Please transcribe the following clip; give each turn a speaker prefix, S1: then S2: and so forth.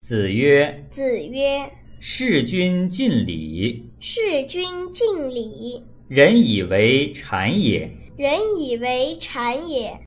S1: 子曰
S2: 子曰：“
S1: 事君尽礼，：“
S2: 事君敬礼，
S1: 人以为谄也。”
S2: 人以为谄也。”